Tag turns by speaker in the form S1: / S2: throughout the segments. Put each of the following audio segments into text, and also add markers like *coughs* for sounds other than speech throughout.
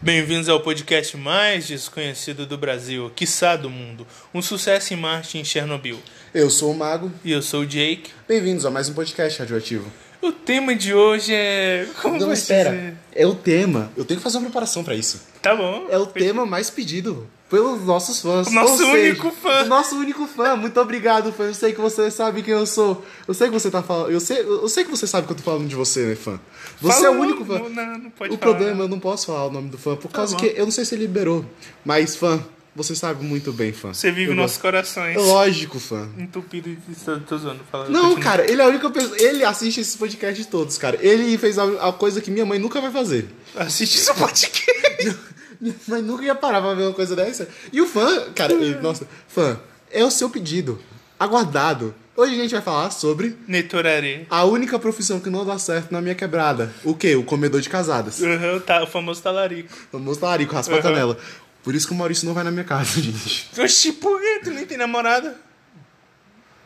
S1: Bem-vindos ao podcast mais desconhecido do Brasil, quiçá do mundo. Um sucesso em Marte e em Chernobyl.
S2: Eu sou o Mago,
S1: E eu sou o Jake.
S2: bem-vindos a mais um podcast radioativo.
S1: O tema de hoje é. Como eu vou dizer?
S2: é o tema. Eu tenho que fazer uma preparação pra isso.
S1: Tá bom.
S2: É o tema mais pedido pelos nossos fãs.
S1: O nosso
S2: Ou seja,
S1: único fã.
S2: O nosso único fã. Muito obrigado, fã. Eu sei que você sabe quem eu sou. Eu sei que você tá falando. Eu sei, eu sei que você sabe que eu tô falando de você, né, fã? Você
S1: Fala
S2: é o
S1: não,
S2: único fã.
S1: Não, não, não pode
S2: o
S1: falar. Tá
S2: problema, eu não posso falar o nome do fã por causa
S1: bom.
S2: que eu não sei se ele liberou. Mas, fã, você sabe muito bem, fã.
S1: Você vive
S2: Eu
S1: nossos corações.
S2: gosto. Lógico, fã.
S1: Entupido de. Tô, tô zoando. Fala,
S2: Não,
S1: continua.
S2: cara, ele é a única pessoa. Ele assiste esses podcasts todos, cara. Ele fez a, a coisa que minha mãe nunca vai fazer.
S1: Assiste esse podcast.
S2: *laughs* Minha mãe nunca ia parar pra ver uma coisa dessa. E o fã, cara, ele- nossa, fã, é o seu pedido. Aguardado. Hoje a gente vai falar sobre
S1: Netorare.
S2: a única profissão que não dá certo na minha quebrada. O quê? O comedor de casadas.
S1: Uhum, tá, o famoso talarico.
S2: Vamos lá, Arico, raspa
S1: Uhum.
S2: a canela. Por isso que o Maurício não vai na minha casa, *laughs* gente.
S1: Oxi, por que tu nem tem namorada?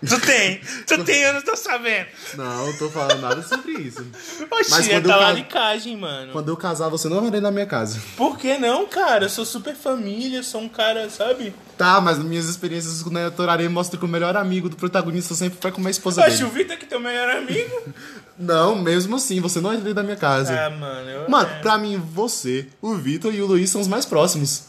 S1: Tu tem.
S2: *laughs*
S1: Tu tem, eu não tô sabendo.
S2: Não, tô falando nada sobre isso.
S1: Oxi,
S2: Mas
S1: é
S2: quando eu ca-
S1: talaricagem, mano.
S2: Quando eu casar, você não vai na minha casa.
S1: Por que não, cara? Eu sou super família, sou um cara, sabe?
S2: Tá, mas minhas experiências com o Neto Torarei mostram que o melhor amigo do protagonista sempre vai comer a esposa
S1: Oxe, o
S2: dele.
S1: Vitor que é teu melhor
S2: *laughs*
S1: amigo.
S2: Não, mesmo assim, você não é dentro da minha casa.
S1: ah, mano. Eu,
S2: Mano,
S1: é.
S2: pra mim, você, o Vitor e o Luiz são os mais próximos.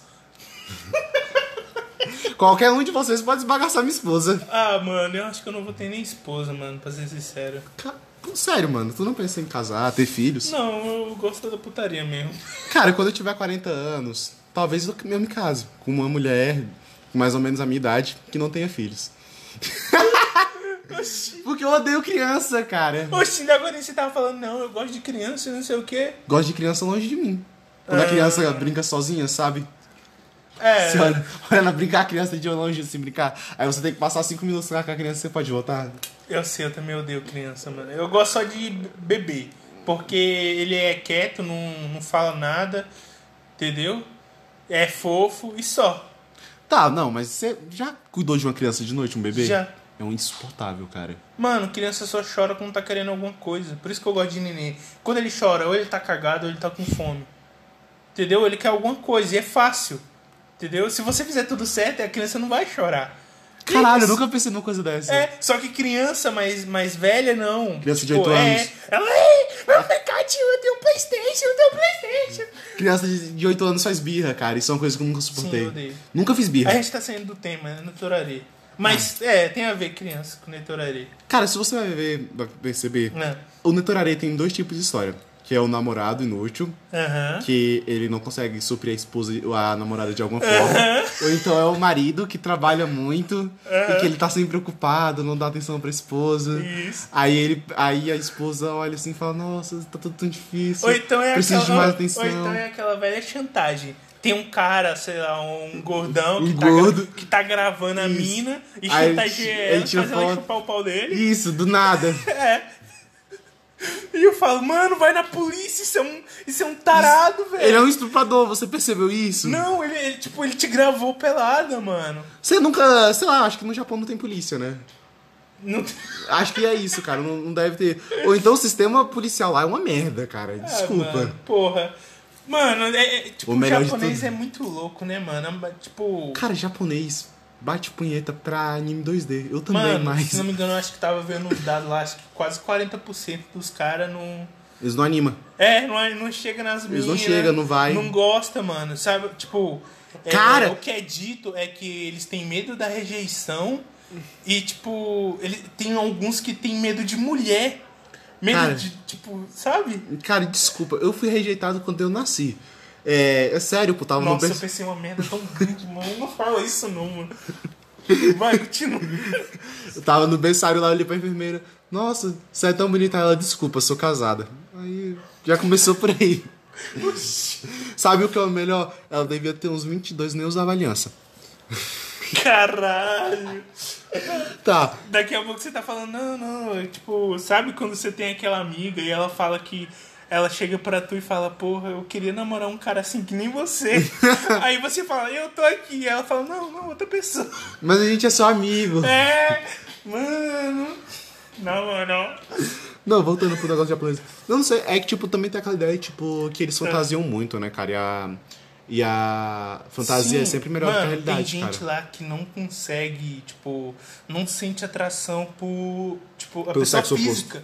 S2: Qualquer um de vocês pode esbagaçar minha esposa.
S1: Ah, mano, eu acho que eu não vou ter nem esposa, mano, pra ser sincero.
S2: Ca- Sério, mano, tu não pensa em casar, ter filhos?
S1: Não, eu gosto da putaria mesmo.
S2: Cara, quando eu tiver 40 anos, talvez eu eu me case com uma mulher com mais ou menos a minha idade que não tenha filhos. Porque eu odeio criança, cara.
S1: Oxe, ainda agora você tava falando, não, eu gosto de criança e não sei o quê.
S2: Gosto de criança longe de mim. Quando a criança brinca sozinha, sabe?
S1: É.
S2: Você olha, olha ela brincar, a criança de longe assim brincar. Aí você tem que passar cinco minutos lá com a criança, você pode voltar.
S1: Eu sei, eu também odeio criança, mano. Eu gosto só de bebê. Porque ele é quieto, não, não fala nada, entendeu? É fofo e só.
S2: Tá, não, mas você já cuidou de uma criança de noite, um bebê?
S1: Já.
S2: É um insuportável, cara.
S1: Mano, criança só chora quando tá querendo alguma coisa. Por isso que eu gosto de neném. Quando ele chora, ou ele tá cagado, ou ele tá com fome. Entendeu? Ele quer alguma coisa e é fácil. Entendeu? Se você fizer tudo certo, a criança não vai chorar.
S2: Caralho, eu nunca pensei numa coisa dessa.
S1: É, só que criança mais, mais velha, não.
S2: Criança de
S1: Tipo,
S2: oito
S1: é,
S2: anos.
S1: Ela, ei, meu pecadinho, eu tenho um Playstation, eu tenho um Playstation.
S2: Criança de, de 8 anos faz birra, cara. Isso é uma coisa que eu nunca suportei.
S1: eu odeio.
S2: Nunca fiz birra.
S1: A gente tá saindo do tema, né? Netorari. Mas, é, tem a ver criança com Netorari.
S2: Cara, se você vai ver, vai perceber,
S1: Né?
S2: o Netorare tem dois tipos de história. Que é o namorado inútil,
S1: Aham.
S2: que ele não consegue suprir a esposa, a namorada de alguma forma. Ou então é o marido que trabalha muito e que ele tá sempre preocupado, não dá atenção pra esposa.
S1: Isso.
S2: Aí ele, aí a esposa olha assim e fala: "Nossa, tá tudo tão difícil.
S1: Ou então é
S2: Preciso
S1: aquela,
S2: de mais
S1: ou-
S2: atenção."
S1: Ou então é aquela velha chantagem. Tem um cara, sei lá, um gordão
S2: Um
S1: que, tá,
S2: gordo.
S1: que tá gravando a
S2: Isso.
S1: mina e
S2: Aí
S1: chantageia
S2: ele
S1: ela,
S2: tira
S1: faz ela
S2: foto.
S1: chupar o pau dele.
S2: Isso, do
S1: *laughs*
S2: nada.
S1: É. E eu falo, mano, vai na polícia, isso é um, isso é um tarado,
S2: ele é
S1: velho.
S2: um estuprador, você percebeu isso?
S1: Não, ele, ele, tipo, ele te gravou pelada, mano.
S2: Você nunca, sei lá, acho que no Japão não tem polícia, né?
S1: Não tem-
S2: Acho que é isso, cara. Não, não deve ter. Ou então o sistema policial lá é uma merda, cara.
S1: Ah,
S2: Desculpa.
S1: mano, porra. Mano, é, é, tipo,
S2: O
S1: o,
S2: melhor de
S1: japonês
S2: tudo.
S1: é muito louco, né, mano? É, Tipo.
S2: cara, japonês bate punheta pra anime 2D. Eu também,
S1: mano,
S2: mas.
S1: se não me engano, eu acho que tava vendo uns dados lá, acho que quase 40% dos caras não.
S2: Eles não animam.
S1: É, não, é- não chega nas minas.
S2: Eles não chega, não vai.
S1: Não gosta, mano. Sabe, tipo... é,
S2: Cara!
S1: o que é dito é que eles têm medo da rejeição e, tipo, ele, tem alguns que têm medo de mulher. Medo
S2: Cara.
S1: de, tipo, sabe?
S2: Cara, desculpa, eu fui rejeitado quando eu nasci. É, é sério, pô, tava
S1: Nossa,
S2: no
S1: eu pensei uma merda tão grande, mano. Não fala isso não, mano. Vai,
S2: *laughs*
S1: continua.
S2: Eu tava no berçário lá, eu olhei pra enfermeira. Nossa, você é tão bonita. Ela, desculpa, eu sou casada. Aí, já começou por aí. Sabe o que é o melhor? Ela devia ter uns 22 e nem usava aliança.
S1: Caralho.
S2: Tá,
S1: Daqui a pouco você tá falando, não, não, é tipo, sabe quando você tem aquela amiga e ela fala que. Ela chega pra tu e fala, porra, eu queria namorar um cara assim que nem
S2: *laughs*
S1: você. Aí você fala, eu tô aqui. E ela fala, não, não, outra pessoa. *laughs*
S2: mas a gente é só amigo.
S1: É, mano. Não, mano.
S2: Não, voltando pro negócio japonês. Não, não sei, é que, tipo, também tem aquela ideia, tipo, que
S1: É.
S2: eles fantasiam muito, né, cara? E a, e a fantasia é
S1: Sim,
S2: sempre melhor do que a
S1: mano,
S2: realidade,
S1: Tem gente
S2: cara.
S1: lá que não consegue, tipo, não sente atração por, tipo, a
S2: Pelo
S1: pessoa
S2: sexo oposto.
S1: física.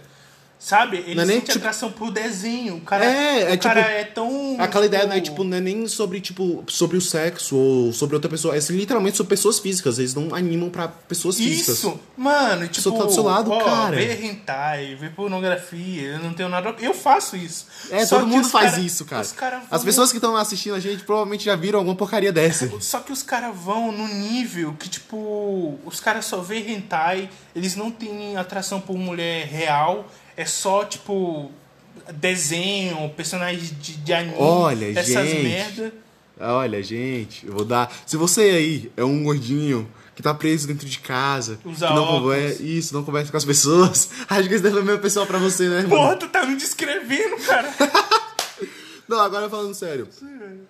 S1: Sabe? Ele
S2: Não é nem,
S1: sente
S2: tipo-
S1: atração por desenho. O cara
S2: É, é
S1: o
S2: tipo-
S1: cara é tão.
S2: Aquela ideia, né, tipo, não é nem sobre, tipo, sobre o sexo ou sobre outra pessoa. É literalmente sobre pessoas físicas. Eles não animam pra pessoas físicas.
S1: Isso, mano, e tipo,
S2: Só tá do seu lado,
S1: ó,
S2: cara.
S1: Vê hentai, vê pornografia, eu não tenho nada. Eu faço isso.
S2: É,
S1: Só
S2: todo
S1: que
S2: mundo
S1: os
S2: faz
S1: cara-
S2: isso, cara.
S1: os cara
S2: As
S1: vão-
S2: pessoas que estão assistindo a gente provavelmente já viram alguma porcaria
S1: *laughs*
S2: dessa.
S1: Só que os caras vão no nível que, tipo, os caras só vê hentai, eles não têm atração por mulher real, é só, tipo, desenho, personagem de, de anime,
S2: Olha,
S1: essas
S2: gente.
S1: merda.
S2: Ah, Olha, gente, eu vou dar. Se você aí é um gordinho que tá preso dentro de casa,
S1: Usa
S2: que não
S1: óculos.
S2: conversa, isso, não conversa com as pessoas, *laughs* acho que esse deve é o mesmo pessoal pra você, né, mano?
S1: Porra, tu tá me descrevendo, cara.
S2: Não, agora falando sério.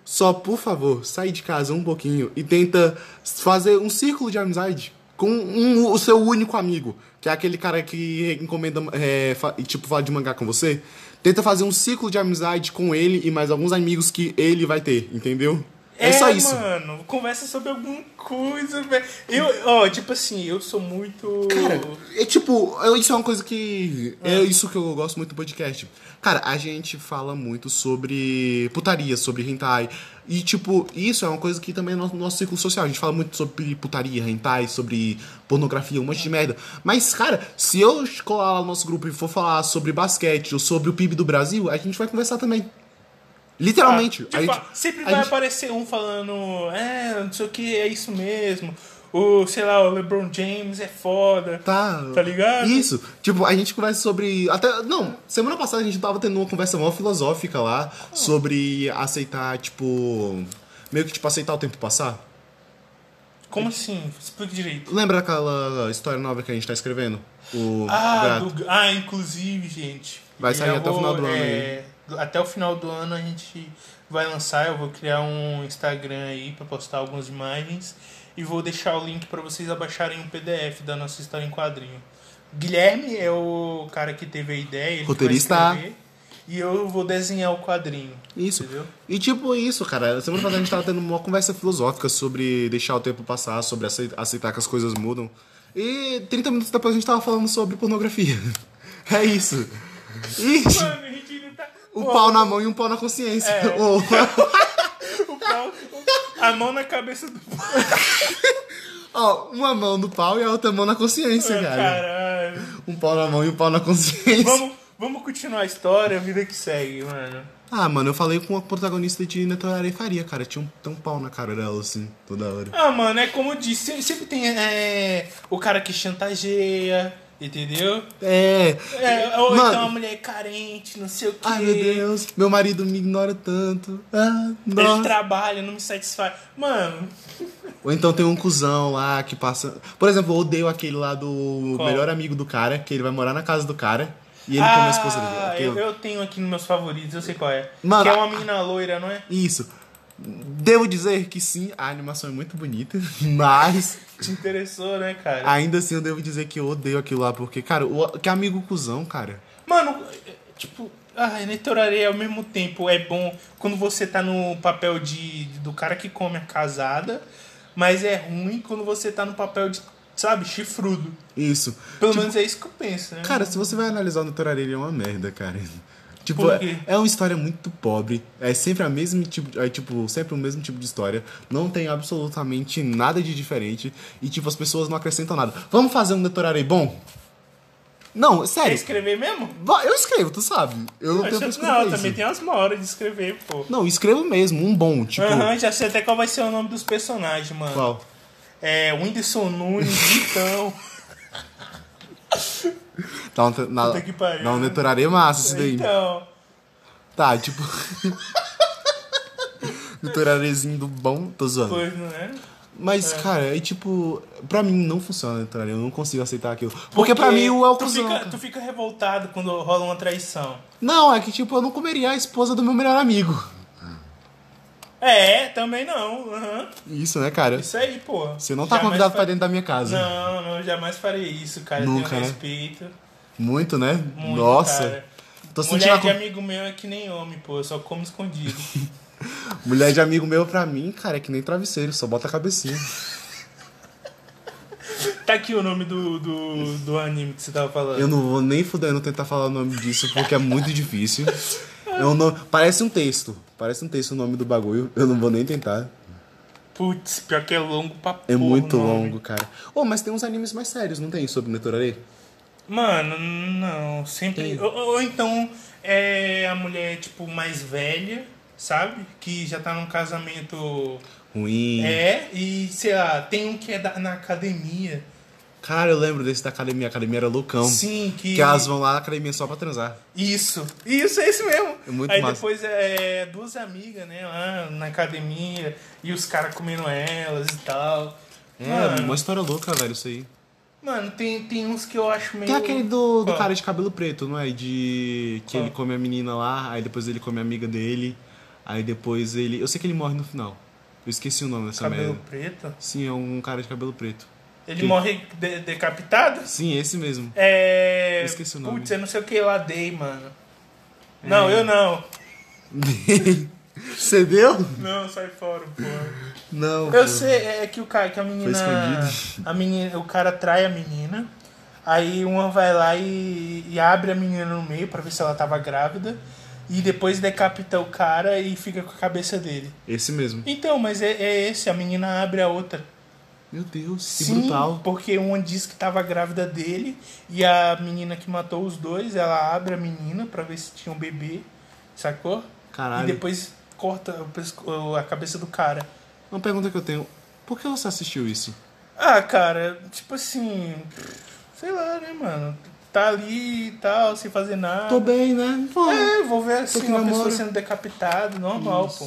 S2: Só, por favor, sai de casa um pouquinho e tenta fazer um círculo de amizade com um- o seu único amigo, que é aquele cara que encomenda, é, fa- e, tipo, fala de mangá com você. Tenta fazer um círculo de amizade com ele e mais alguns amigos que ele vai ter, entendeu? É, só isso.
S1: mano, conversa sobre alguma coisa, velho. Eu, ó, tipo assim, eu sou muito...
S2: Cara, é tipo, eu- isso é uma coisa que. É isso que eu gosto muito do podcast. Cara, a gente fala muito sobre putaria, sobre hentai. E, tipo, isso é uma coisa que também é no no nosso círculo social. A gente fala muito sobre putaria, hentai, sobre pornografia, um monte de merda. Mas, cara, se eu colar lá no nosso grupo e for falar sobre basquete ou sobre o PIB do Brasil, a gente vai conversar também. Literalmente.
S1: Tipo,
S2: a gente,
S1: ah, sempre
S2: a
S1: vai
S2: gente-
S1: aparecer um falando, é, não sei o que, é isso mesmo. O, sei lá, o LeBron James é foda.
S2: Tá.
S1: Tá ligado?
S2: Isso. Tipo, a gente conversa sobre. Até. Não, semana passada a gente tava tendo uma conversa mó filosófica lá sobre aceitar, tipo. Meio que tipo, aceitar o tempo passar.
S1: Como assim? Explica direito.
S2: Lembra aquela história nova que a gente tá escrevendo? O
S1: Ah,
S2: Gato.
S1: do- ah, inclusive, gente.
S2: Vai
S1: eu
S2: sair
S1: já
S2: até o final do ano
S1: é, Até o final do ano a gente vai lançar. Eu vou criar um Instagram aí pra postar algumas imagens. E vou deixar o link pra vocês abaixarem um PDF da nossa história em quadrinho. Guilherme é o cara que teve a ideia. Ele que vai
S2: Roteirista.
S1: escrever, E eu vou desenhar o quadrinho.
S2: Isso.
S1: Entendeu?
S2: E tipo isso, cara. Semana passada a gente tava tendo uma conversa filosófica sobre deixar o tempo passar, sobre acei- aceitar que as coisas mudam. E 30 minutos depois a gente tava falando sobre pornografia. *laughs* É isso. Isso.
S1: Mano, a gente não tá.
S2: Um
S1: Ó,
S2: pau na mão e um pau na consciência.
S1: É.
S2: *laughs* Ou-
S1: o pau- A mão na cabeça do pau,
S2: Ó, uma mão no pau e a outra mão na consciência,
S1: Ah,
S2: cara.
S1: caralho.
S2: Um pau na mão e um pau na consciência.
S1: Vamos, vamos continuar a história, a vida que segue, mano.
S2: Ah, mano, eu falei com a protagonista de Netorare Faria, cara. Tinha um, tem um pau na cara dela, assim, toda hora.
S1: Ah, mano, é como eu disse, sempre- sempre tem é, o cara que chantageia, entendeu?
S2: É.
S1: É, ou
S2: Mano.
S1: então a mulher é carente, não sei o quê.
S2: Ai, meu Deus. Meu marido me ignora tanto. Ah,
S1: Ele
S2: nossa.
S1: trabalha, não me satisfaz. Mano,
S2: Ou então tem um cuzão lá que passa. Por exemplo, eu odeio aquele lá do
S1: Qual?
S2: melhor amigo do cara, que ele vai morar na casa do cara e ele come a esposa dele.
S1: ah,
S2: Aquele-
S1: eu, eu tenho aqui nos meus favoritos, eu sei qual é.
S2: Mano,
S1: que é
S2: a-
S1: uma menina loira, não é?
S2: Isso. Devo dizer que sim, a animação é muito bonita, *laughs* mas
S1: Te interessou, né, cara?
S2: ainda assim eu devo dizer que eu odeio aquilo lá, porque, cara, o, que amigo cuzão, cara.
S1: Mano, tipo, ai, Netorare ao mesmo tempo é bom quando você tá no papel de do cara que come a casada, mas é ruim quando você tá no papel de, sabe, chifrudo.
S2: Isso.
S1: Pelo
S2: Tipo,
S1: menos é isso que eu penso, né?
S2: Cara, se você vai analisar o Notorare, ele é uma merda, cara. Tipo,
S1: Por quê?
S2: é uma história muito pobre. É sempre a mesma tipo, é, tipo, sempre o mesmo tipo de história. Não tem absolutamente nada de diferente e tipo as pessoas não acrescentam nada. Vamos fazer um Notorare bom? Não,
S1: Quer
S2: sério.
S1: É escrever mesmo?
S2: Vai, Eu escrevo, tu sabe. Eu não
S1: Eu
S2: tenho
S1: sei-
S2: frescura
S1: não,
S2: pra
S1: também
S2: isso.
S1: tem umas uma hora de escrever, pô.
S2: Não, escrevo mesmo, um bom, tipo.
S1: Aham, já sei até qual vai ser o nome dos personagens, mano.
S2: Qual?
S1: É, Whindersson
S2: *laughs*
S1: Nunes, então. Vitão.
S2: Dá um, te- na,
S1: Puta que pariu.
S2: dá um detorarei massa isso daí.
S1: então,
S2: Tá, tipo. *laughs* Detorarezinho do bom, tô zoando.
S1: pois, não é?
S2: Mas, cara, é tipo. Pra mim não funciona detorarei, eu não consigo aceitar aquilo. Porque, pra mim o é o
S1: tu
S2: cuzão,
S1: fica,
S2: cara.
S1: tu fica revoltado quando rola uma traição.
S2: Não, é que tipo, eu não comeria a esposa do meu melhor amigo.
S1: É, também não. aham.
S2: Isso, né, cara?
S1: Isso aí, pô.
S2: Você não tá
S1: Jamais
S2: convidado pra
S1: fa-
S2: dentro da minha casa.
S1: Não, não, jamais farei isso, cara.
S2: Nunca,
S1: Tenho
S2: né?
S1: respeito.
S2: Muito, né?
S1: Muito,
S2: Nossa.
S1: cara.
S2: Tô sentindo
S1: Mulher
S2: a
S1: de
S2: con-
S1: amigo meu é que nem homem, pô. Eu só como escondido.
S2: Mulher de amigo meu, pra mim, cara, é que nem travesseiro, só bota a cabecinha.
S1: tá aqui o nome do, do, do anime que você tava falando.
S2: Eu não vou nem fudendo tentar falar o nome disso, porque é muito difícil. Eu não... Parece um texto. Parece um texto o nome do bagulho. Eu não vou nem tentar.
S1: Putz, pior que é longo pra porra.
S2: É muito
S1: o nome.
S2: longo, cara. Ô, mas tem uns animes mais sérios, não tem? Sobre Netorare?
S1: Mano, não. Sempre. Ou, ou então é a mulher, tipo, mais velha, sabe? Que já tá num casamento.
S2: Ruim.
S1: É, e sei lá, tem um que é da- na academia.
S2: Cara, eu lembro desse da academia. A academia era loucão.
S1: Sim, que.
S2: Que elas vão lá na academia só pra transar.
S1: Isso, isso, é isso mesmo.
S2: É muito
S1: Aí
S2: massa.
S1: depois é duas amigas, né, lá na academia, e os caras comendo elas e tal.
S2: É,
S1: mano,
S2: uma história louca, velho, isso aí.
S1: mano, tem, tem uns que eu acho meio.
S2: Tem aquele do, do
S1: Qual?
S2: cara de cabelo preto, não é? De. Que
S1: Qual?
S2: ele come a menina lá, aí depois ele come a amiga dele, aí depois ele. Eu sei que ele morre no final. Eu esqueci o nome dessa
S1: cabelo
S2: merda.
S1: preto.
S2: Sim, é um cara de cabelo preto.
S1: Ele
S2: Que-
S1: morre de- decapitado?
S2: Sim, esse *laughs* mesmo.
S1: É.
S2: Eu esqueci o nome. É.
S1: Putz, eu não sei o que eu dei, mano. Não, eu não.
S2: Cedeu?
S1: Não, sai fora, pô.
S2: Não.
S1: Eu
S2: pô.
S1: sei, é que o cara, que a menina.
S2: escondido.
S1: A menina, o cara trai a menina. Aí uma vai lá e, e abre a menina no meio pra ver se ela tava grávida. E depois decapita o cara e fica com a cabeça dele.
S2: Esse mesmo.
S1: Então, mas é, é esse, a menina abre a outra.
S2: Meu Deus, que
S1: Sim,
S2: brutal.
S1: porque uma diz que tava grávida dele e a menina que matou os dois, ela abre a menina pra ver se tinha um bebê, sacou?
S2: Caralho.
S1: E depois corta o pesco- a cabeça do cara.
S2: Uma pergunta que eu tenho. Por que você assistiu isso?
S1: Ah, cara, tipo assim, sei lá, né, mano? Tá ali e tal, sem fazer nada.
S2: Tô bem, né? Pô.
S1: É, vou ver assim,
S2: que
S1: uma
S2: namoro.
S1: pessoa sendo decapitada, normal, pô.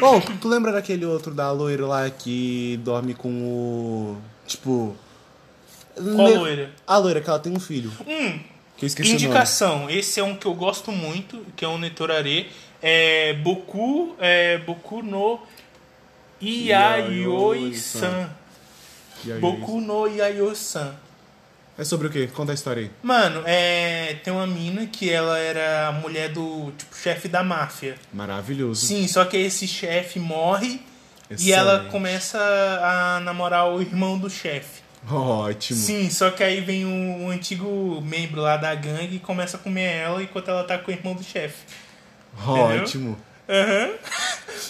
S2: Ô, tu lembra daquele outro da loira lá que dorme com o. Tipo.
S1: Qual
S2: Le-
S1: loira?
S2: A loira, que ela tem um filho.
S1: Hum,
S2: Que eu esqueci
S1: Indicação, esse é um que eu gosto muito, que é um Netorare. É Boku, é Boku no Yayoi-san.
S2: o nome.
S1: Boku no Yayoi-san.
S2: É sobre o quê? Conta a história aí.
S1: Mano, é, tem uma mina que ela era a mulher do tipo, chefe da máfia.
S2: Maravilhoso.
S1: Sim, só que esse chefe morre
S2: Excelente.
S1: e ela começa a namorar o irmão do chefe.
S2: Ótimo.
S1: Sim, só que aí vem um, um antigo membro lá da gangue e começa a comer ela enquanto ela tá com o irmão do chefe.
S2: Ótimo.
S1: Aham.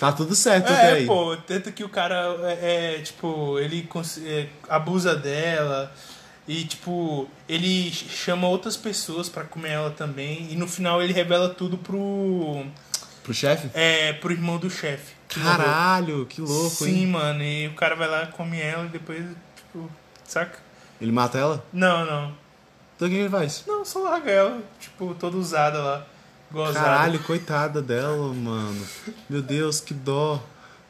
S2: Tá tudo certo até
S1: É,
S2: aí.
S1: pô, tanto que o cara é, é, tipo, ele cons- é, abusa dela e, tipo, ele ch- chama outras pessoas pra comer ela também e no final ele revela tudo pro,
S2: Pro chefe?
S1: é, pro irmão do chefe. que morreu.
S2: Caralho, que louco,
S1: Sim,
S2: hein?
S1: mano, e o cara vai lá, come ela e depois, tipo, saca?
S2: Ele mata ela?
S1: Não, não.
S2: Então o que ele faz?
S1: Não, só larga ela, tipo, toda usada lá. Gozada.
S2: Caralho, coitada dela, mano. Meu Deus, que dó.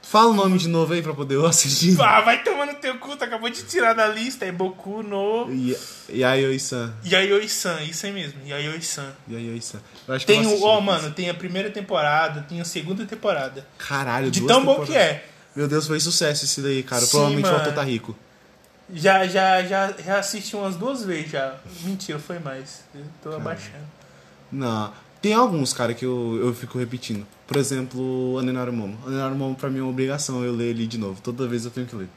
S2: Fala o nome de novo aí pra poder eu assistir.
S1: Ah, vai tomar no teu cu, tu acabou de tirar da lista. É Boku no
S2: Ya- Yayoi-san.
S1: Yayoi-san, isso aí mesmo, Yayoi-san.
S2: Yayoi-san. Eu acho que
S1: Tem
S2: eu vou
S1: o,
S2: assistir
S1: ó,
S2: depois.
S1: mano, tem a primeira temporada, tem a segunda temporada.
S2: Caralho,
S1: De
S2: duas
S1: tão bom
S2: temporadas.
S1: que é.
S2: Meu Deus, foi sucesso esse daí, cara.
S1: Sim,
S2: Provavelmente o
S1: mano.
S2: autor tá rico.
S1: Já, já, já, já assisti umas duas vezes já. Mentira, foi mais. Eu tô abaixando.
S2: Não. Tem alguns, cara, que eu, eu fico repetindo. Por exemplo, Anenaru Momo. Anenaru Momo pra mim é uma obrigação eu ler ele de novo. Toda vez eu tenho que ler.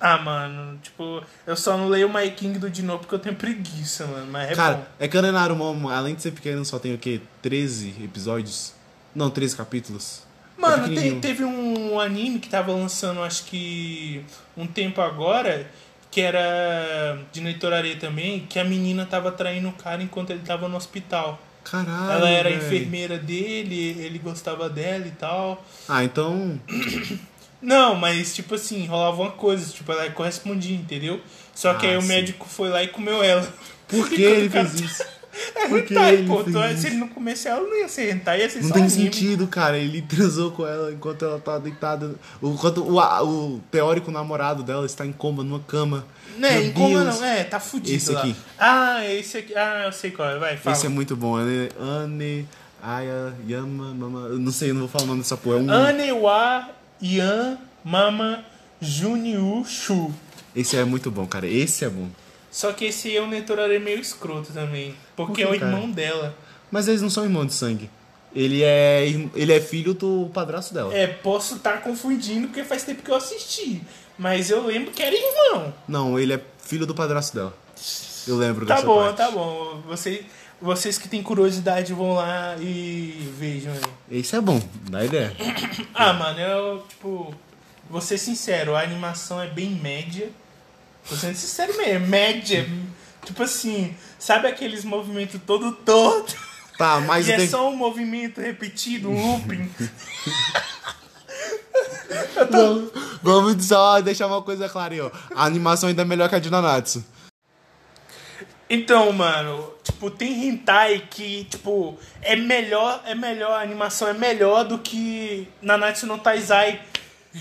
S1: Ah, mano, tipo, eu só não leio o My King do Dino porque eu tenho preguiça, mano. Mas é
S2: cara,
S1: bom.
S2: é que Anenaru Momo, além de ser pequeno, só tem o quê? 13 episódios? Não, 13 capítulos. É
S1: Mano, te-
S2: pequenininho.
S1: teve um anime que tava lançando, acho que um tempo agora, que era de Neitorare também, que a menina tava traindo o cara enquanto ele tava no hospital.
S2: Caralho.
S1: Ela era
S2: véi.
S1: enfermeira dele, ele gostava dela e tal.
S2: Ah, então.
S1: Não, mas tipo assim, rolava uma coisa, tipo, ela correspondia, entendeu? Só que
S2: Ah,
S1: aí o
S2: sim.
S1: médico foi lá e comeu ela. *laughs*
S2: Por que
S1: Enquanto o
S2: ele
S1: cara
S2: fez
S1: tá-
S2: isso?
S1: É *laughs*
S2: Por que
S1: hentai,
S2: ele
S1: pô.
S2: fez
S1: Então,
S2: isso?
S1: se ele não comesse ela, não ia ser hentai, ia ser
S2: Não
S1: só
S2: tem
S1: anime.
S2: sentido, cara. Ele transou com ela enquanto ela tá deitada. o- Enquanto o, a- o teórico namorado dela está em coma, numa cama.
S1: Né,
S2: Meu
S1: em coma
S2: Deus.
S1: não, é, tá fudido
S2: Esse
S1: lá.
S2: aqui.
S1: Ah, esse aqui. Ah, eu sei qual é, vai, fala.
S2: Esse é muito bom. Ane, Ane Aya, Yama, Mama. eu Não sei, eu não vou falar o nome dessa porra. É um-
S1: Anewa Yan Mama Juniu Shu.
S2: Esse é muito bom, cara. Esse é bom.
S1: Só que esse eu Netorara é meio escroto também. Porque
S2: que,
S1: é o
S2: cara?
S1: irmão dela.
S2: Mas eles não são irmãos de sangue. Ele é, irm- ele é filho do padrasto dela.
S1: É, posso estar confundindo porque faz tempo que eu assisti. Mas eu lembro que era irmão.
S2: Não, ele é filho do padrasto dela. Eu lembro
S1: Tá
S2: dessa
S1: bom,
S2: parte.
S1: tá bom. Vocês, vocês que têm curiosidade vão lá e vejam aí.
S2: Isso é bom, dá ideia.
S1: Ah, mano, eu, tipo, vou ser sincero, a animação é bem média. Tô sendo sincero mesmo, é média. Tipo assim, sabe aqueles movimentos todo torto?
S2: Tá, mas
S1: e
S2: eu
S1: é
S2: tenho-
S1: só um movimento repetido, um looping. eu *laughs* tô
S2: Vamos- Vamos só deixar uma coisa clara aí, ó. A animação ainda é melhor que a de Nanatsu.
S1: Então, mano, tipo, tem hentai que, tipo, é melhor, é melhor, a animação é melhor do que Nanatsu no Taizai.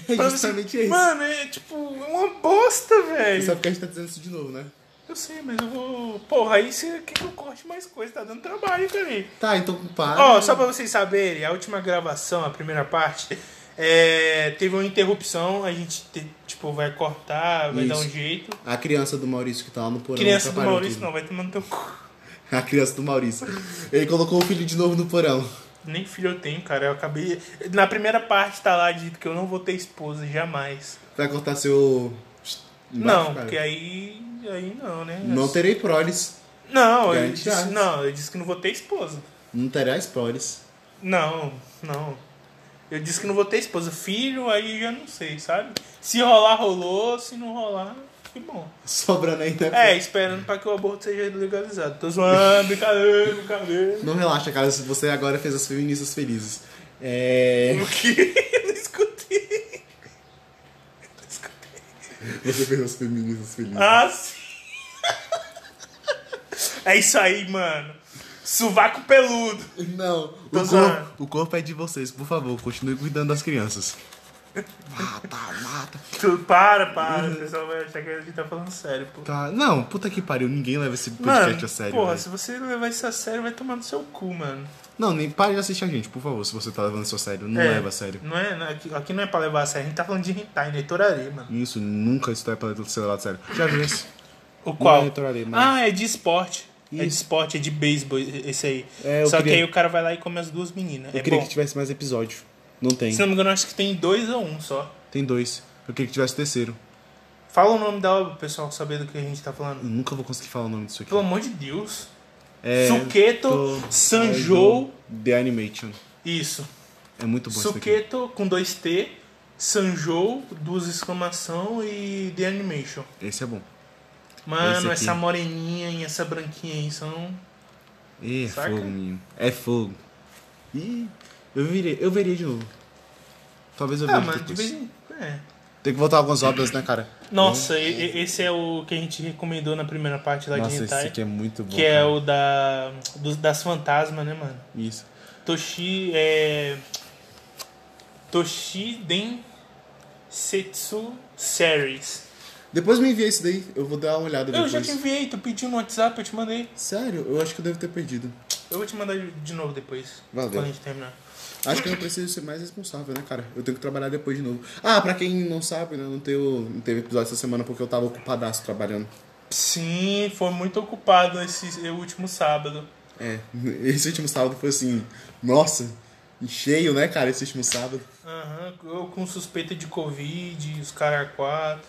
S2: É
S1: Pra você- Mano, é tipo, é uma bosta,
S2: Só
S1: velho.
S2: porque a gente tá dizendo isso de novo, né?
S1: Eu sei, mas eu vou... Porra, aí você quer que eu corte mais coisa, tá dando trabalho pra mim.
S2: Tá, então para.
S1: Ó, só pra vocês saberem, a última gravação, a primeira parte, é, teve uma interrupção, a gente, te- tipo, vai cortar, vai dar um
S2: Isso.
S1: jeito.
S2: A criança do Maurício que tá lá no porão.
S1: Criança do
S2: atrapalhou
S1: Maurício
S2: tudo.
S1: não, vai tomar no teu cu.
S2: A criança do Maurício. Ele colocou o filho de novo no porão.
S1: Nem filho eu tenho, cara. Eu acabei. Na primeira parte tá lá dito que eu não vou ter esposa jamais.
S2: Vai cortar seu. Embaixo,
S1: não, é
S2: cara.
S1: porque aí. Aí não, né?
S2: Não terei proles.
S1: Não, eu
S2: Garante
S1: disse,
S2: as.
S1: não, eu disse que não vou ter esposa.
S2: Não terás proles.
S1: Não, não. Eu disse que não vou ter esposa. Filho, aí já não sei, sabe? Se rolar, rolou. Se não rolar, que bom.
S2: *laughs* Sobrando ainda.
S1: É, esperando pra que o aborto seja legalizado. Tô zoando, brincadeira, brincadeira. *laughs*
S2: Não relaxa, cara. se Você agora fez as feministas felizes. É.
S1: O quê? *laughs* Eu não escutei. Eu não escutei.
S2: Você fez as feministas felizes.
S1: Ah, sim. É isso aí, mano. Sovaco peludo.
S2: Não, o,
S1: Tô
S2: cor-
S1: zoando.
S2: o corpo é de vocês, por favor, continue cuidando das crianças. *laughs* Mata, mata.
S1: Tu, para, para. O pessoal vai achar que a gente tá falando sério, pô.
S2: Tá. Não, puta que pariu, ninguém leva esse podcast
S1: Mano,
S2: a sério.
S1: porra,
S2: velho.
S1: se você levar isso a sério, vai tomar no seu cu, mano.
S2: Não, nem pare de assistir a gente, por favor, se você tá levando isso a sério. Não
S1: É,
S2: leva a sério.
S1: Não é, não, aqui, aqui não é pra levar a sério, a gente tá falando de hentai, neitorarei, mano.
S2: Isso, nunca isso é pra ser levado a sério. Já vi esse.
S1: O qual?
S2: é neitorarei, mano.
S1: ah, é de esporte. É de
S2: Isso.
S1: esporte, é de beisebol, esse aí.
S2: É, eu
S1: Só que
S2: queria-
S1: aí o cara vai lá e come as duas meninas.
S2: Eu
S1: é
S2: queria
S1: bom.
S2: que tivesse mais episódio. Não tem.
S1: Se não me engano, acho que tem dois ou um só.
S2: Tem dois. Eu queria que tivesse terceiro.
S1: Fala o nome da obra pro pessoal saber do que a gente tá falando.
S2: Eu nunca vou conseguir falar o nome disso aqui.
S1: Pelo amor de Deus.
S2: É,
S1: Suketo,
S2: tô-
S1: Sanjou.
S2: The Animation.
S1: Isso.
S2: É muito bom isso aqui.
S1: Suketo com dois T, Sanjou, duas exclamação e The Animation.
S2: Esse é bom. Esse
S1: Mano,
S2: aqui.
S1: essa moreninha e essa branquinha aí são.
S2: Ih, é
S1: Saca?
S2: fogo, menino. É fogo. Ih, eu veria, eu veria de novo. Talvez eu
S1: Ah,
S2: veja
S1: mano, de
S2: Tá depois.
S1: vez em. É.
S2: Tem que voltar algumas obras, né, cara?
S1: Nossa, e- e- esse é o que a gente recomendou na primeira parte lá de
S2: Nossa, esse
S1: Hentai.
S2: aqui é muito bom.
S1: Que é
S2: cara.
S1: o da. dos- das fantasmas, né, mano?
S2: Isso.
S1: Toshi é. Toshiden Setsu Series.
S2: Depois me envia isso daí, eu vou dar uma olhada
S1: Eu
S2: depois.
S1: já te enviei, tu pediu no WhatsApp, eu te mandei.
S2: Sério, eu acho que eu devo ter perdido.
S1: Eu vou te mandar de de novo depois.
S2: Valeu.
S1: Quando a gente terminar.
S2: Acho que eu preciso ser mais responsável, né, cara? Eu tenho que trabalhar depois de novo. Ah, pra quem não sabe, né, não, teu, não teve episódio essa semana porque eu tava ocupadaço trabalhando.
S1: Sim, foi muito ocupado esse último sábado.
S2: É, *laughs* esse último sábado foi assim, nossa, cheio, né, cara, esse último sábado.
S1: Aham, eu com suspeita de Covid, os caras
S2: *laughs*
S1: quatro.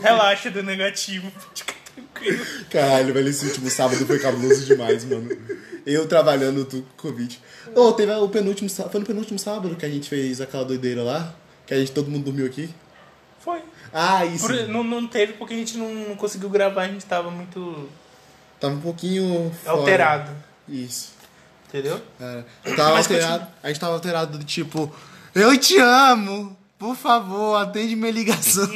S1: Relaxa, deu negativo, fica tranquilo.
S2: Caralho, velho, esse último sábado foi cabuloso demais, mano. Eu trabalhando, tu com Covid. Ô, teve o penúltimo sábado. Foi no penúltimo sábado que a gente fez aquela doideira lá? Que a gente todo mundo dormiu aqui?
S1: Foi.
S2: Ah, isso.
S1: Por- não, não teve porque a gente não, não conseguiu gravar, a gente tava muito
S2: Tava um pouquinho. fora.
S1: alterado.
S2: Isso.
S1: Entendeu?
S2: Cara, tava
S1: Mas
S2: É, tá alterado. A gente tava alterado do tipo, eu te amo! Por favor, atende minha ligação.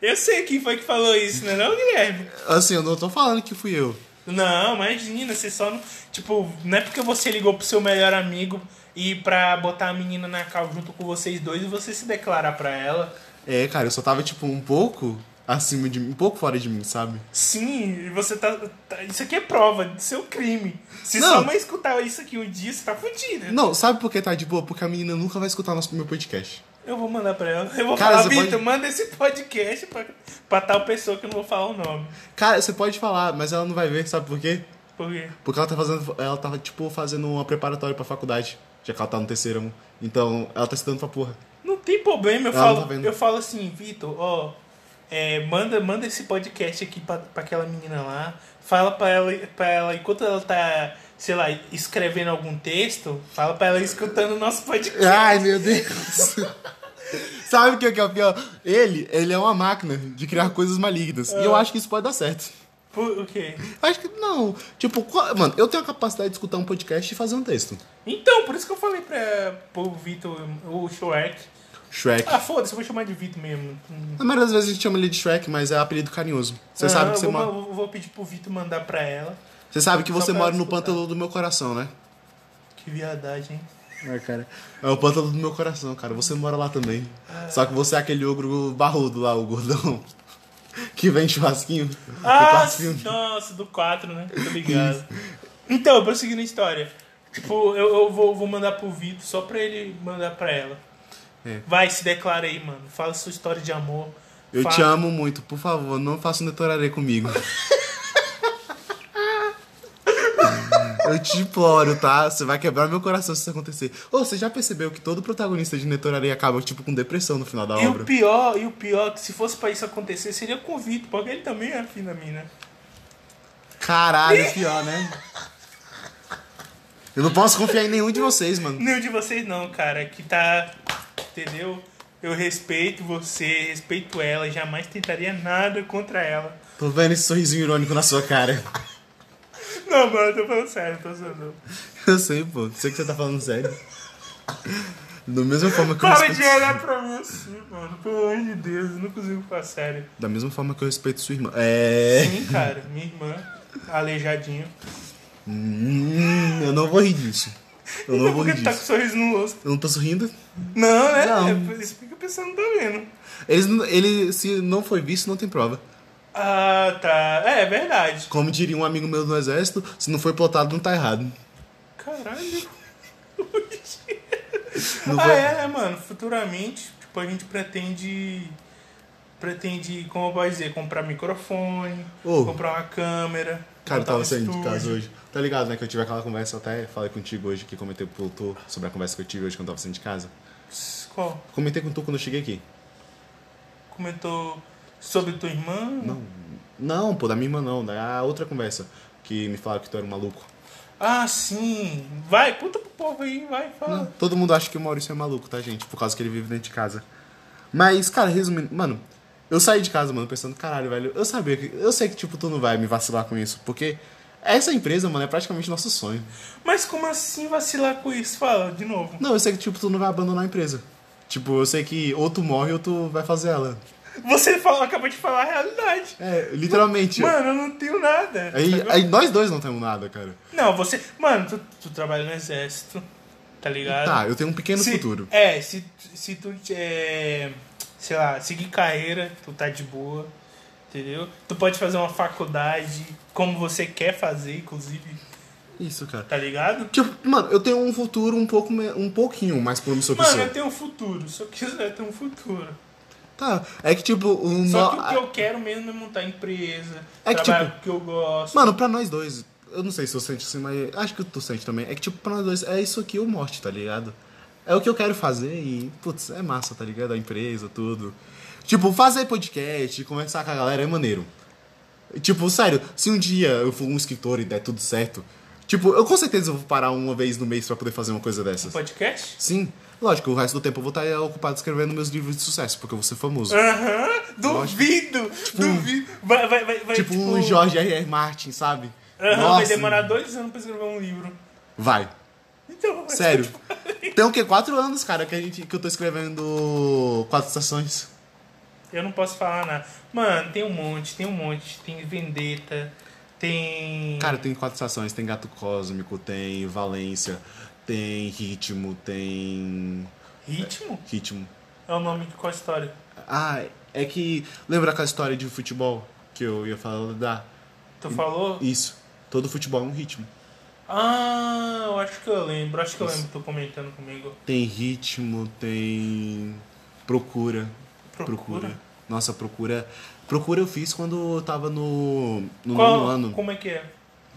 S1: Eu sei quem foi que falou isso, né, não, Guilherme?
S2: assim, eu não tô falando que fui eu.
S1: Não, imagina, você só não. Tipo, não é porque você ligou pro seu melhor amigo e pra botar a menina na cal junto com vocês dois e você se declarar pra ela.
S2: É, cara, eu só tava, tipo, um pouco acima de mim, um pouco fora de mim, sabe?
S1: Sim, e você tá, tá- Isso aqui é prova do seu crime. Se
S2: Não.
S1: sua mãe escutar isso aqui um dia, você tá fudida.
S2: Não, sabe por que tá de boa? Porque a menina nunca vai escutar nosso, meu podcast.
S1: Eu vou mandar pra ela. Eu vou
S2: Cara,
S1: falar,
S2: você
S1: Vitor,
S2: pode-
S1: manda esse podcast pra, pra tal pessoa que eu não vou falar o nome.
S2: Cara, você pode falar, mas ela não vai ver, sabe por quê?
S1: Por quê?
S2: Porque ela tá fazendo. Ela tá, tipo, fazendo uma preparatória pra faculdade. Já que ela tá no terceiro ano. Então, ela tá estudando pra porra.
S1: Não tem problema, eu
S2: Ela não
S1: falo,
S2: tá vendo.
S1: eu falo assim, Vitor, ó, é, manda, manda esse podcast aqui pra, pra aquela menina lá, fala pra ela, pra ela, enquanto ela tá, sei lá, escrevendo algum texto, fala pra ela ir escutando o nosso
S2: *laughs*
S1: podcast.
S2: Ai, meu Deus. *laughs* sabe o que é que é o pior? Ele, ele é uma máquina de criar coisas malignas.
S1: É.
S2: E eu acho que isso pode dar certo.
S1: Por o quê?
S2: Acho que não. Tipo, qual- mano, eu tenho a capacidade de escutar um podcast e fazer um texto.
S1: Então, por isso que eu falei pra, pro Vitor, o Shrek.
S2: Shrek.
S1: Ah, foda-se, eu vou chamar de Vitor mesmo. Hum.
S2: A maioria das vezes a gente chama ele de Shrek, mas é apelido carinhoso. Você
S1: Ah,
S2: sabe que
S1: eu
S2: você,
S1: vou,
S2: mo-
S1: eu vou pedir pro Vitor mandar pra ela.
S2: você sabe que
S1: Só
S2: você
S1: pra
S2: mora no
S1: escutar.
S2: pântano do meu coração, né?
S1: Que viadagem, hein?
S2: É, cara. É o pântano do meu coração, cara. Você mora lá também.
S1: Ah.
S2: Só que você é aquele ogro barrudo lá, o gordão. *laughs* Que vem churrasquinho. do
S1: Ah,
S2: quartinho.
S1: nossa, do 4, né? Tô ligado. então, prosseguindo a história. Tipo, eu, eu vou, vou mandar pro Vitor só pra ele mandar pra ela.
S2: É.
S1: Vai, se declara aí, mano. Fala sua história de amor.
S2: Eu
S1: Fala-
S2: te amo muito, por favor, não faça um
S1: *laughs*
S2: detoraré comigo. Eu te imploro, tá? Você vai quebrar meu coração se isso acontecer. Ô, você já percebeu que todo protagonista de Netorarei acaba, tipo, com depressão no final da
S1: E o
S2: obra?
S1: pior, e o pior, que se fosse pra isso acontecer, seria com o Vitor, porque ele também é afim da mina.
S2: Caralho, é pior, né? Eu não posso confiar em nenhum de vocês, mano.
S1: Nenhum de vocês não, cara, que tá. Entendeu? Eu respeito você, respeito ela, jamais tentaria nada contra ela.
S2: Tô vendo esse sorrisinho irônico na sua cara. *laughs*
S1: Não, mano, eu tô falando sério, eu tô zoando.
S2: Eu sei, pô. Sei que você tá falando sério. Da mesma forma que eu
S1: Para de
S2: respeito...
S1: olhar pra mim assim, mano. Pelo amor de Deus, eu não consigo falar sério.
S2: Da mesma forma que eu respeito sua irmã. É...
S1: Sim, cara, minha irmã, aleijadinho.
S2: Hum, eu não vou rir disso. Eu não
S1: Então por
S2: vou
S1: que
S2: rir
S1: tu tá com
S2: disso.
S1: sorriso no rosto?
S2: Eu não tô sorrindo.
S1: Não, né?
S2: Não.
S1: É, isso fica pensando, tá vendo.
S2: Eles, não- ele, se não foi visto, não tem prova.
S1: Ah, tá. É, é verdade.
S2: Como diria um amigo meu no exército, se não foi plotado, não tá errado.
S1: Caralho.
S2: Não
S1: ah,
S2: vou-
S1: é, né, mano? Futuramente, tipo, a gente pretende. Pretende, como eu vou dizer, comprar microfone,
S2: Ô.
S1: comprar uma câmera. montar
S2: Cara, eu
S1: um
S2: tava saindo de
S1: estúdio.
S2: casa hoje. Tá ligado, né? Que eu tive aquela conversa, eu até falei contigo hoje, que comentei pro tu sobre a conversa que eu tive hoje quando eu tava saindo de casa.
S1: Qual?
S2: Comentei com tu quando eu cheguei aqui.
S1: Comentou sobre tua irmã?
S2: Não, não, pô, da minha irmã não, da outra conversa. Que me falaram que tu era um maluco.
S1: Ah, sim. Vai, conta pro povo aí, vai, fala.
S2: Não, Todo mundo acha que o Maurício é maluco, tá, gente? Por causa que ele vive dentro de casa. Mas, cara, resumindo, mano, eu saí de casa, mano, pensando, caralho, velho, eu sabia que. Eu sei que, tipo, tu não vai me vacilar com isso, porque essa empresa, mano, é praticamente nosso sonho.
S1: Mas como assim vacilar com isso? Fala de novo.
S2: Não, eu sei que, tipo, tu não vai abandonar a empresa. Tipo, eu sei que ou tu morre ou tu vai fazer ela.
S1: Você falou, acabou de falar a realidade.
S2: É, literalmente.
S1: Mano, eu não tenho nada.
S2: aí,
S1: sabe?
S2: aí nós dois não temos nada, cara.
S1: Não, você. Mano, tu, tu trabalha no exército, tá ligado?
S2: Tá, eu tenho um pequeno
S1: se,
S2: futuro.
S1: É, se, se tu. É, sei lá, seguir carreira, tu tá de boa, entendeu? Tu pode fazer uma faculdade como você quer fazer, inclusive,
S2: Isso, cara.
S1: tá ligado?
S2: Tipo, mano, eu tenho um futuro um pouco me- um pouquinho mais promissor que o
S1: Mano,
S2: seu.
S1: eu tenho um futuro, se eu quiser ter um futuro.
S2: Tá. É que tipo, um
S1: Só
S2: no-
S1: que o que eu quero mesmo é montar empresa,
S2: É que,
S1: trabalhar
S2: tipo,
S1: com o que eu gosto.
S2: Mano, pra nós dois, eu não sei se eu sente assim, mas acho que tu sente também. É que, tipo, pra nós dois, é isso aqui ou morte, tá ligado? É o que eu quero fazer e, putz, é massa, tá ligado? A empresa, tudo. Tipo, fazer podcast, conversar com a galera é maneiro. Tipo, sério, se um dia eu for um escritor e der tudo certo, tipo, eu com certeza vou parar uma vez no mês pra poder fazer uma coisa
S1: Um
S2: dessas.
S1: podcast?
S2: Sim, lógico, o resto do tempo eu vou estar ocupado escrevendo meus livros de sucesso, porque eu vou ser
S1: É,
S2: famoso.
S1: Aham, duvido, duvido. Vai, vai, vai, vai.
S2: Tipo, um Jorge R.R. Martin, sabe?
S1: Aham, vai
S2: Nossa.
S1: demorar dois anos pra escrever um livro.
S2: Vai.
S1: Então, vai-
S2: Sério. Tem o quê? Quatro anos, cara, que, a gente, que eu tô escrevendo quatro estações.
S1: Eu não posso falar nada. Mano, tem um monte, tem um monte. Tem Vendetta, tem.
S2: Cara, tem quatro estações. Tem Gato Cósmico, tem Valência, tem Ritmo, tem...
S1: Ritmo?
S2: Ritmo.
S1: É o nome de qual história?
S2: Ah, é que... Lembra aquela história de futebol que eu ia falar da...
S1: Tu falou?
S2: Isso. Todo futebol é um ritmo.
S1: Ah, eu acho que eu lembro. Acho que eu lembro, tu comentando comigo.
S2: Tem ritmo, tem... Procura.
S1: Procura?
S2: Nossa, procura. Procura eu fiz quando eu tava no, no
S1: Qual-
S2: nono ano.
S1: Como é que é?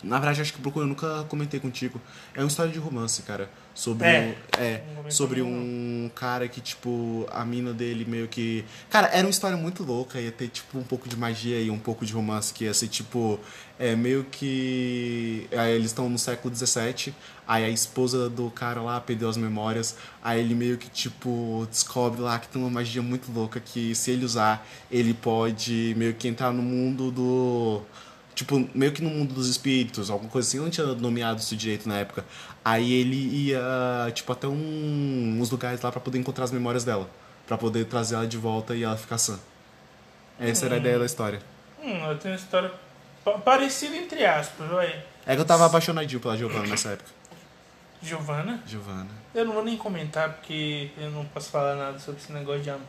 S2: Na verdade, acho que procura, eu nunca comentei contigo. É uma história de romance, cara. Sobre
S1: É.
S2: um, é,
S1: Não comentei
S2: sobre
S1: não.
S2: um cara que, tipo, a mina dele meio que. Cara, era uma história muito louca, ia ter, tipo, um pouco de magia e um pouco de romance, que ia ser, tipo, é meio que. Aí eles estão no século XVII, aí a esposa do cara lá perdeu as memórias, aí ele meio que, tipo, descobre lá que tem uma magia muito louca que, se ele usar, ele pode meio que entrar no mundo do. Tipo, meio que no mundo dos espíritos, alguma coisa assim, eu não tinha nomeado isso direito na época. Aí ele ia, tipo, até um, uns lugares lá pra poder encontrar as memórias dela. Pra poder trazer ela de volta e ela ficar sã. Essa era a ideia da história.
S1: Hum, eu tenho uma história pa- parecida entre aspas, vai.
S2: É que eu tava apaixonadinho pela Giovanna nessa época.
S1: Giovana?
S2: Giovanna.
S1: Eu não vou nem comentar porque eu não posso falar nada sobre esse negócio de amor.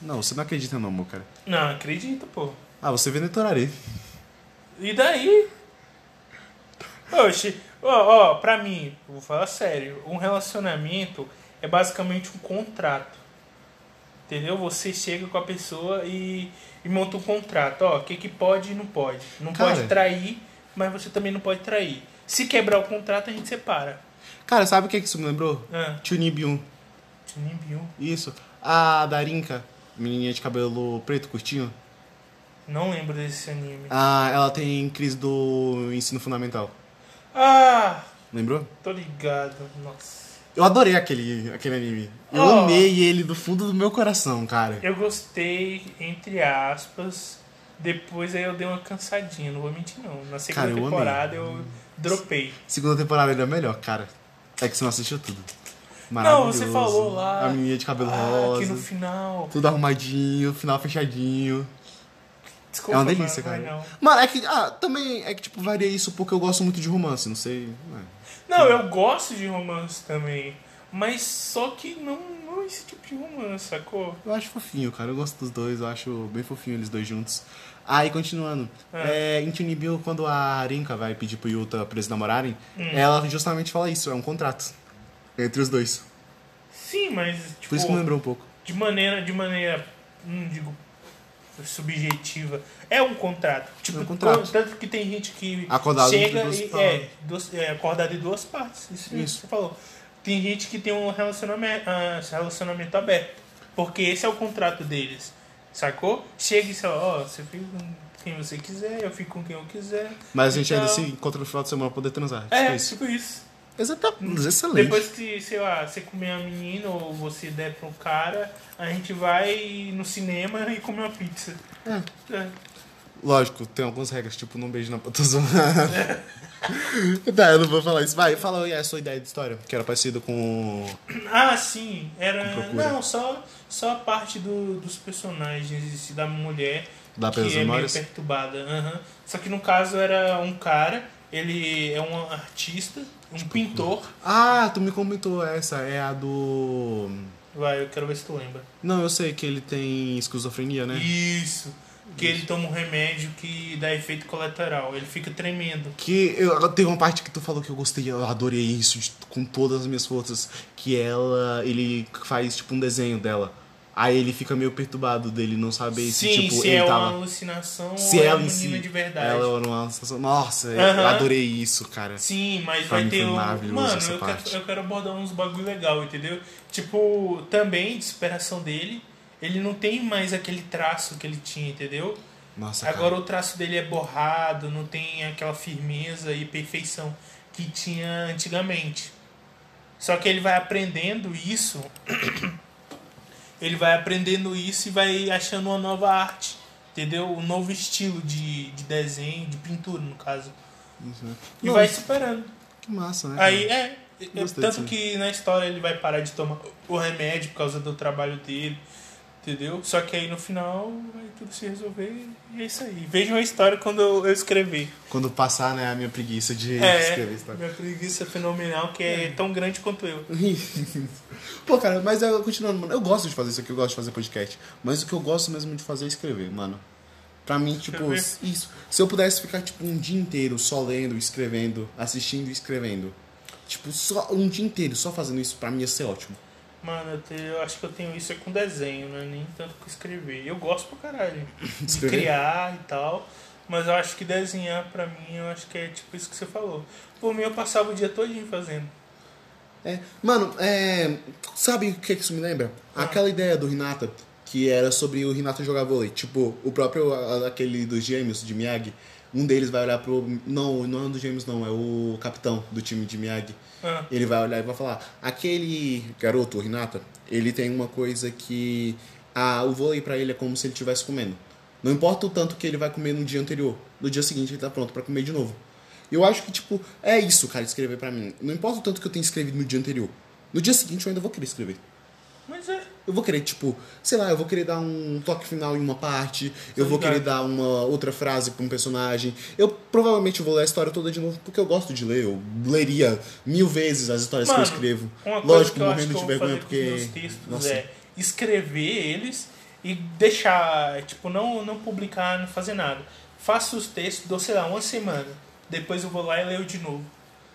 S2: Não, você não acredita não, meu cara.
S1: Não, acredito, pô.
S2: Ah, você vê Netorari.
S1: E daí? Oxi, ó, ó, pra mim, eu vou falar sério, um relacionamento é basicamente um contrato. Entendeu? Você chega com a pessoa e, e monta um contrato. Ó, o que, que pode e não pode. Não
S2: Cara.
S1: pode trair, mas você também não pode trair. Se quebrar o contrato, a gente separa.
S2: Cara, sabe o que, que isso me lembrou?
S1: Ah,
S2: Tio Nibium.
S1: nem viu.
S2: Isso. A Darinka, menininha de cabelo preto, curtinho.
S1: Não lembro desse anime.
S2: Ah, ela tem crise do ensino fundamental.
S1: Ah,
S2: Lembrou?
S1: tô ligado. Nossa.
S2: Eu adorei aquele, aquele anime. Eu
S1: Oh.
S2: amei ele do fundo do meu coração, cara.
S1: Eu gostei, entre aspas. Depois aí eu dei uma cansadinha, não vou mentir não. Na segunda
S2: Cara, eu amei.
S1: temporada eu dropei.
S2: Segunda temporada ainda é melhor, cara. É que você não assistiu tudo.
S1: Não, você falou lá.
S2: A menina de cabelo
S1: Ah,
S2: rosa.
S1: aqui no final.
S2: Tudo arrumadinho, final fechadinho.
S1: Desculpa,
S2: é uma delícia,
S1: mas- mas
S2: cara.
S1: Não.
S2: Mano, é que ah, também é que tipo varia isso porque eu gosto muito de romance, não sei. é.
S1: não, eu gosto de romance também. Mas só que não, não esse tipo de romance, sacou?
S2: Eu acho fofinho, cara. Eu gosto dos dois, eu acho bem fofinho eles dois juntos. Aí, continuando. É, em Tunibill, quando a Rinka vai pedir pro Yuta pra eles namorarem,
S1: Hum.
S2: ela justamente fala isso, é um contrato. Entre os dois.
S1: Sim, mas
S2: Por
S1: tipo,
S2: isso que me lembrou um pouco.
S1: de maneira, de maneira, não digo subjetiva, é um contrato. Tipo,
S2: É um contrato.
S1: co- Tanto que tem gente que
S2: Acordado entre
S1: chega
S2: duas
S1: e
S2: partes.
S1: é, duas- é acordado em duas partes. Isso, mesmo
S2: Isso.
S1: que você falou. Tem gente que tem um relacionamento, ah, relacionamento aberto, porque esse é o contrato deles. Sacou? Chega e fala, ó, você fica com quem você quiser, eu fico com quem eu quiser.
S2: Mas a gente ainda
S1: Então,
S2: se encontra no final de semana pra poder transar. Tipo
S1: É,
S2: isso.
S1: tipo isso.
S2: Exatamente. Excelente.
S1: Hum. Depois que, sei lá, você comer a menina ou você der pro cara, a gente vai no cinema e comer uma pizza. É.
S2: Lógico, tem algumas regras, tipo, não beijo na tô zoando. *laughs* tá, eu não vou falar isso. Vai, fala aí a sua ideia de história, que era parecido com.
S1: Ah, sim, era.
S2: Procura.
S1: Não, só, só a parte do- dos personagens e da mulher
S2: Da
S1: que
S2: Pelas
S1: é meio
S2: Memórias?
S1: perturbada. aham. Só que no caso era um cara, ele é um artista, um pintor.
S2: Ah, tu me comentou essa, é a do.
S1: Vai, eu quero ver se tu lembra.
S2: Não, eu sei que ele tem esquizofrenia, né?
S1: Isso. Que ele toma um remédio que dá efeito colateral. Ele fica tremendo.
S2: Que eu, tem uma parte que tu falou que eu gostei, eu adorei isso de- com todas as minhas forças. Que ela, ele faz tipo um desenho dela. Aí ele fica meio perturbado dele não saber se
S1: Sim,
S2: tipo
S1: se
S2: ele
S1: é uma
S2: tá lá.
S1: alucinação
S2: Se
S1: ou é
S2: ela
S1: uma
S2: em si.
S1: menina de verdade.
S2: Ela era uma sensação. Nossa, eu
S1: Aham.
S2: adorei isso, cara.
S1: Sim, mas
S2: Pra
S1: vai
S2: mim
S1: ter
S2: foi
S1: um.
S2: maravilhoso
S1: Mano,
S2: essa
S1: eu
S2: parte.
S1: quero, eu quero abordar uns bagulho legal, entendeu? Tipo, também de superação dele, ele não tem mais aquele traço que ele tinha, entendeu?
S2: Nossa,
S1: Agora
S2: cara.
S1: o traço dele é borrado, não tem aquela firmeza e perfeição que tinha antigamente. Só que ele vai aprendendo isso. *coughs* ele vai aprendendo isso e vai achando uma nova arte. Entendeu? Um novo estilo de, de desenho, de pintura, no caso.
S2: Uhum.
S1: E
S2: Não,
S1: vai superando.
S2: Que massa, né? cara?
S1: Aí é. é,
S2: Gostei
S1: tanto
S2: disso.
S1: que na história ele vai parar de tomar o remédio por causa do trabalho dele. Entendeu? Só que aí no final vai tudo se resolver e é isso aí. Vejam a história quando eu eu escrevi.
S2: Quando passar, né, a minha preguiça de
S1: É,
S2: escrever isso. tá?
S1: *laughs* minha preguiça fenomenal que é tão grande quanto eu.
S2: Pô, cara, mas eu, continuando, mano, eu gosto de fazer isso aqui, eu gosto de fazer podcast. Mas o que eu gosto mesmo de fazer é escrever, mano. Pra mim, tipo,
S1: Escrever?
S2: isso. Se eu pudesse ficar, tipo, um dia inteiro só lendo, escrevendo, assistindo e escrevendo. Tipo, só um dia inteiro só fazendo isso, pra mim ia ser ótimo.
S1: Mano, eu, te- eu acho que eu tenho isso é com desenho, né? Nem tanto com escrever. Eu gosto pra caralho
S2: *laughs*
S1: de
S2: Escrever?
S1: criar e tal. Mas eu acho que desenhar pra mim, eu acho que é tipo isso que você falou. Por mim, eu passava o dia todinho fazendo.
S2: É, mano, é, sabe o que que isso me lembra? Aquela ideia do Hinata, que era sobre o Hinata jogar vôlei. Tipo, o próprio, a- aquele dos gêmeos, de Miyagi, um deles vai olhar pro... Não, não é um dos gêmeos não, é o capitão do time de Miyagi.
S1: Ah,
S2: Ele vai olhar e vai falar, aquele garoto, o Hinata, ele tem uma coisa que... ah, o vôlei pra ele é como se ele estivesse comendo. Não importa o tanto que ele vai comer no dia anterior, no dia seguinte ele tá pronto pra comer de novo. Eu acho que, tipo, é isso, cara, escrever pra mim. Não importa o tanto que eu tenha escrevido no dia anterior. No dia seguinte eu ainda vou querer escrever.
S1: mas é.
S2: Eu vou querer, tipo, sei lá, eu vou querer dar um toque final em uma parte, eu vou
S1: ligado.
S2: querer dar uma outra frase pra um personagem. Eu provavelmente vou ler a história toda de novo, porque eu gosto de ler, eu leria mil vezes as histórias
S1: Mano,
S2: que eu escrevo.
S1: Uma coisa
S2: Lógico,
S1: que eu acho
S2: morrendo
S1: que eu
S2: de
S1: vou
S2: vergonha,
S1: fazer com os
S2: porque.
S1: meus textos
S2: Nossa.
S1: é escrever eles e deixar, tipo, não, não publicar, não fazer nada. Faço os textos, dou, sei lá, uma semana. Depois eu vou lá e leio de novo.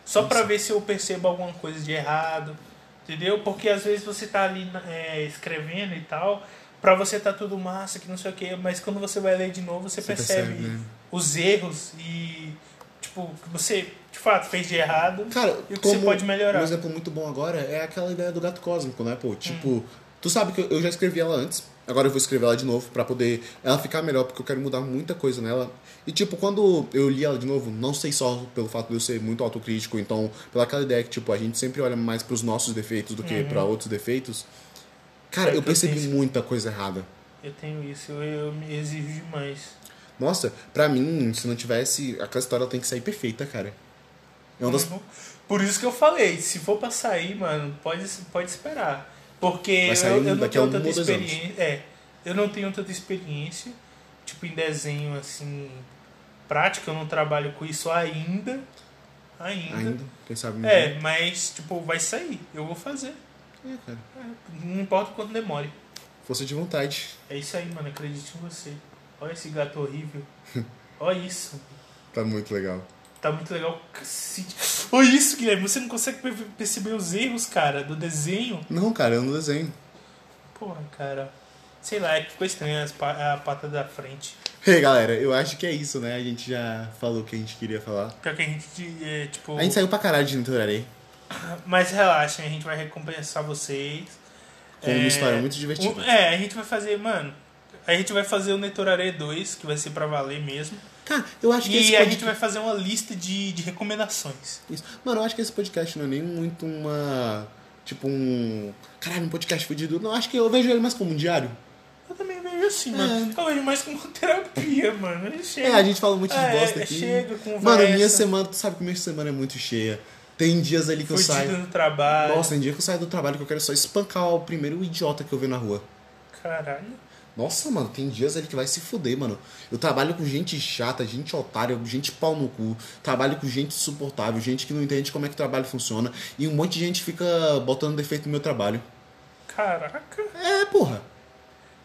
S1: Só pra ver se eu percebo alguma coisa de errado, entendeu? Porque às vezes você tá ali é, escrevendo e tal, pra você tá tudo massa, que não sei o quê, mas quando você vai ler de novo, você, percebe,
S2: percebe, né?
S1: os erros e, tipo, o que você de fato fez de errado
S2: Cara,
S1: e o que
S2: como
S1: você pode melhorar.
S2: um exemplo muito bom agora é aquela ideia do gato cósmico, né, pô? Tipo, tu sabe que eu- eu já escrevi ela antes, agora eu vou escrever ela de novo pra poder ela ficar melhor, porque eu quero mudar muita coisa nela. E, tipo, quando eu li ela de novo, não sei só pelo fato de eu ser muito autocrítico, então, pela aquela ideia que, tipo, a gente sempre olha mais pros nossos defeitos do que
S1: Uhum.
S2: pra outros defeitos. Cara,
S1: Sabe
S2: eu
S1: que eu
S2: percebi
S1: penso?
S2: muita coisa errada.
S1: Eu tenho isso, eu, eu me exijo demais.
S2: Nossa, pra mim, se não tivesse. Aquela história ela tem que sair perfeita, cara. É uma das.
S1: Por isso que eu falei, se for pra sair, mano, pode, pode esperar. Porque
S2: Vai sair
S1: eu, eu não
S2: daqui a
S1: tenho
S2: um
S1: tanta
S2: ou dois anos.
S1: experiência. É, eu não tenho tanta experiência, tipo, em desenho assim, prática, eu não trabalho com isso ainda. Ainda.
S2: Ainda, quem sabe. um dia.
S1: Uhum. É, mas, tipo, vai sair, eu vou fazer.
S2: É, cara.
S1: Não importa o quanto demore.
S2: Força de vontade.
S1: É isso aí, mano, acredito em você. Olha esse gato
S2: *laughs*
S1: horrível. Olha isso.
S2: Tá muito legal.
S1: Tá muito legal. Cacete. Olha isso, Guilherme. Você não consegue per- perceber os erros, cara, do desenho.
S2: Não, cara, eu não desenho. *laughs*
S1: Porra, cara. Sei lá, é que ficou estranho as pa- a pata da frente.
S2: Ei, galera, eu acho que é isso, né? A gente já falou o que a gente queria falar.
S1: Pior que a gente, é, tipo...
S2: A gente saiu pra caralho de Nitorarei.
S1: Mas relaxem, a gente vai recompensar vocês.
S2: Com uma história muito divertida.
S1: um- é, a gente vai fazer, mano... A gente vai fazer o Netorare 2, que vai ser pra valer mesmo.
S2: Cara, eu acho que esse
S1: E a gente
S2: podcast...
S1: vai fazer uma lista de, de recomendações.
S2: Isso. Mano, eu acho que esse podcast não é nem muito uma... Tipo um... Caralho, um podcast fudido. Não, acho que eu vejo ele mais como um diário.
S1: Eu também vejo assim, mano. Eu vejo mais como *laughs* terapia, mano. Ele chega.
S2: É, a gente fala muito de
S1: É,
S2: bosta
S1: é,
S2: aqui.
S1: chega, conversa.
S2: Mano, minha semana... Tu sabe que minha semana é muito cheia. Tem dias ali que eu
S1: Fudido
S2: saio...
S1: no trabalho.
S2: Nossa, tem dia que eu saio do trabalho que eu quero só espancar o primeiro idiota que eu ver na rua.
S1: Caralho.
S2: Nossa, mano, tem dias ali que vai se fuder, mano. Eu trabalho com gente chata, gente otária, gente pau no cu. Trabalho com gente insuportável, gente que não entende como é que o trabalho funciona. E um monte de gente fica botando defeito no meu trabalho.
S1: Caraca.
S2: É, porra.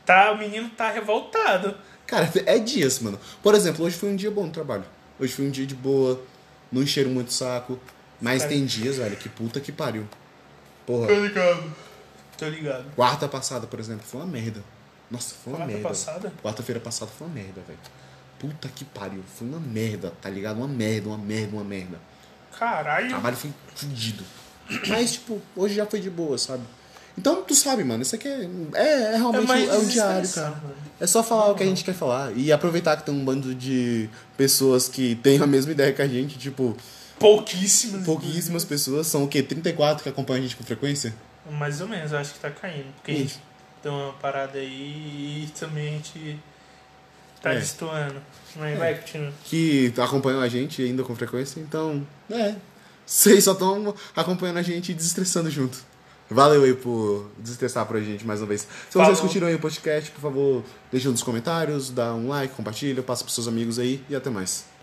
S1: Tá, o menino tá revoltado.
S2: Cara, *laughs* é dias, mano. Por exemplo, hoje foi um dia bom no trabalho. Hoje foi um dia de boa, não encheram muito o saco. Mas
S1: Cara.
S2: tem dias, velho, que puta que pariu. Porra,
S1: Tô ligado. Tô ligado.
S2: quarta passada, por exemplo, foi uma merda. Nossa, foi uma
S1: Quarta
S2: merda.
S1: passada?
S2: Quarta-feira passada foi uma merda, velho. Puta que pariu. Foi uma merda, tá ligado? Uma merda, uma merda, uma merda. O
S1: Caralho.
S2: trabalho foi fudido. Mas, tipo, hoje já foi de boa, sabe? Então, tu sabe, mano, isso aqui é, é, é realmente
S1: mais né?
S2: é um diário,
S1: desestressar,
S2: cara.
S1: mano.
S2: É só falar o que a gente quer falar e aproveitar que tem um bando de pessoas que têm a mesma ideia que a gente, tipo,
S1: Pouquíssimos.
S2: pouquíssimas pessoas, são o quê? 34 que acompanham a gente com frequência?
S1: inclusive. Mais ou menos, eu acho que tá caindo. Porque a gente
S2: Isso.
S1: deu uma parada aí e também a gente tá
S2: É.
S1: destoando. Mas vai, continua.
S2: que acompanham a gente ainda com frequência, então, é. Vocês só estão acompanhando a gente e desestressando junto. Valeu aí por desestressar pra gente mais uma vez. Se vocês
S1: Falou.
S2: curtiram aí o um podcast, por favor, deixem nos comentários, dá um like, compartilha, passa pros seus amigos aí e até mais.